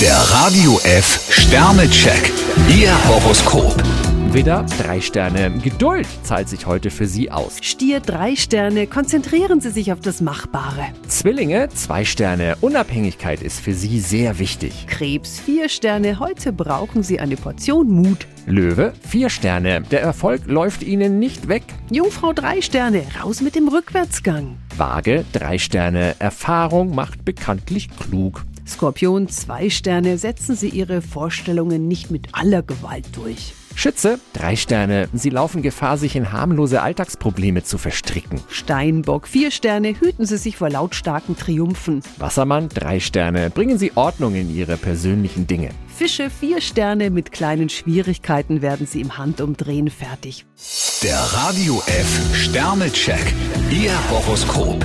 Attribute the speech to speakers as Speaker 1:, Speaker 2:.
Speaker 1: Der Radio F Sternecheck. Ihr Horoskop.
Speaker 2: Widder, drei Sterne. Geduld zahlt sich heute für Sie aus.
Speaker 3: Stier drei Sterne, konzentrieren Sie sich auf das Machbare.
Speaker 2: Zwillinge, zwei Sterne. Unabhängigkeit ist für Sie sehr wichtig.
Speaker 3: Krebs vier Sterne, heute brauchen Sie eine Portion Mut.
Speaker 2: Löwe, vier Sterne. Der Erfolg läuft Ihnen nicht weg.
Speaker 3: Jungfrau drei Sterne, raus mit dem Rückwärtsgang.
Speaker 2: Waage, drei Sterne. Erfahrung macht bekanntlich klug.
Speaker 3: Skorpion zwei Sterne, setzen Sie Ihre Vorstellungen nicht mit aller Gewalt durch.
Speaker 2: Schütze, drei Sterne. Sie laufen Gefahr, sich in harmlose Alltagsprobleme zu verstricken.
Speaker 3: Steinbock vier Sterne, hüten Sie sich vor lautstarken Triumphen.
Speaker 2: Wassermann, drei Sterne. Bringen Sie Ordnung in Ihre persönlichen Dinge.
Speaker 3: Fische vier Sterne, mit kleinen Schwierigkeiten werden Sie im Handumdrehen fertig.
Speaker 1: Der Radio F Sternecheck. Ihr Horoskop.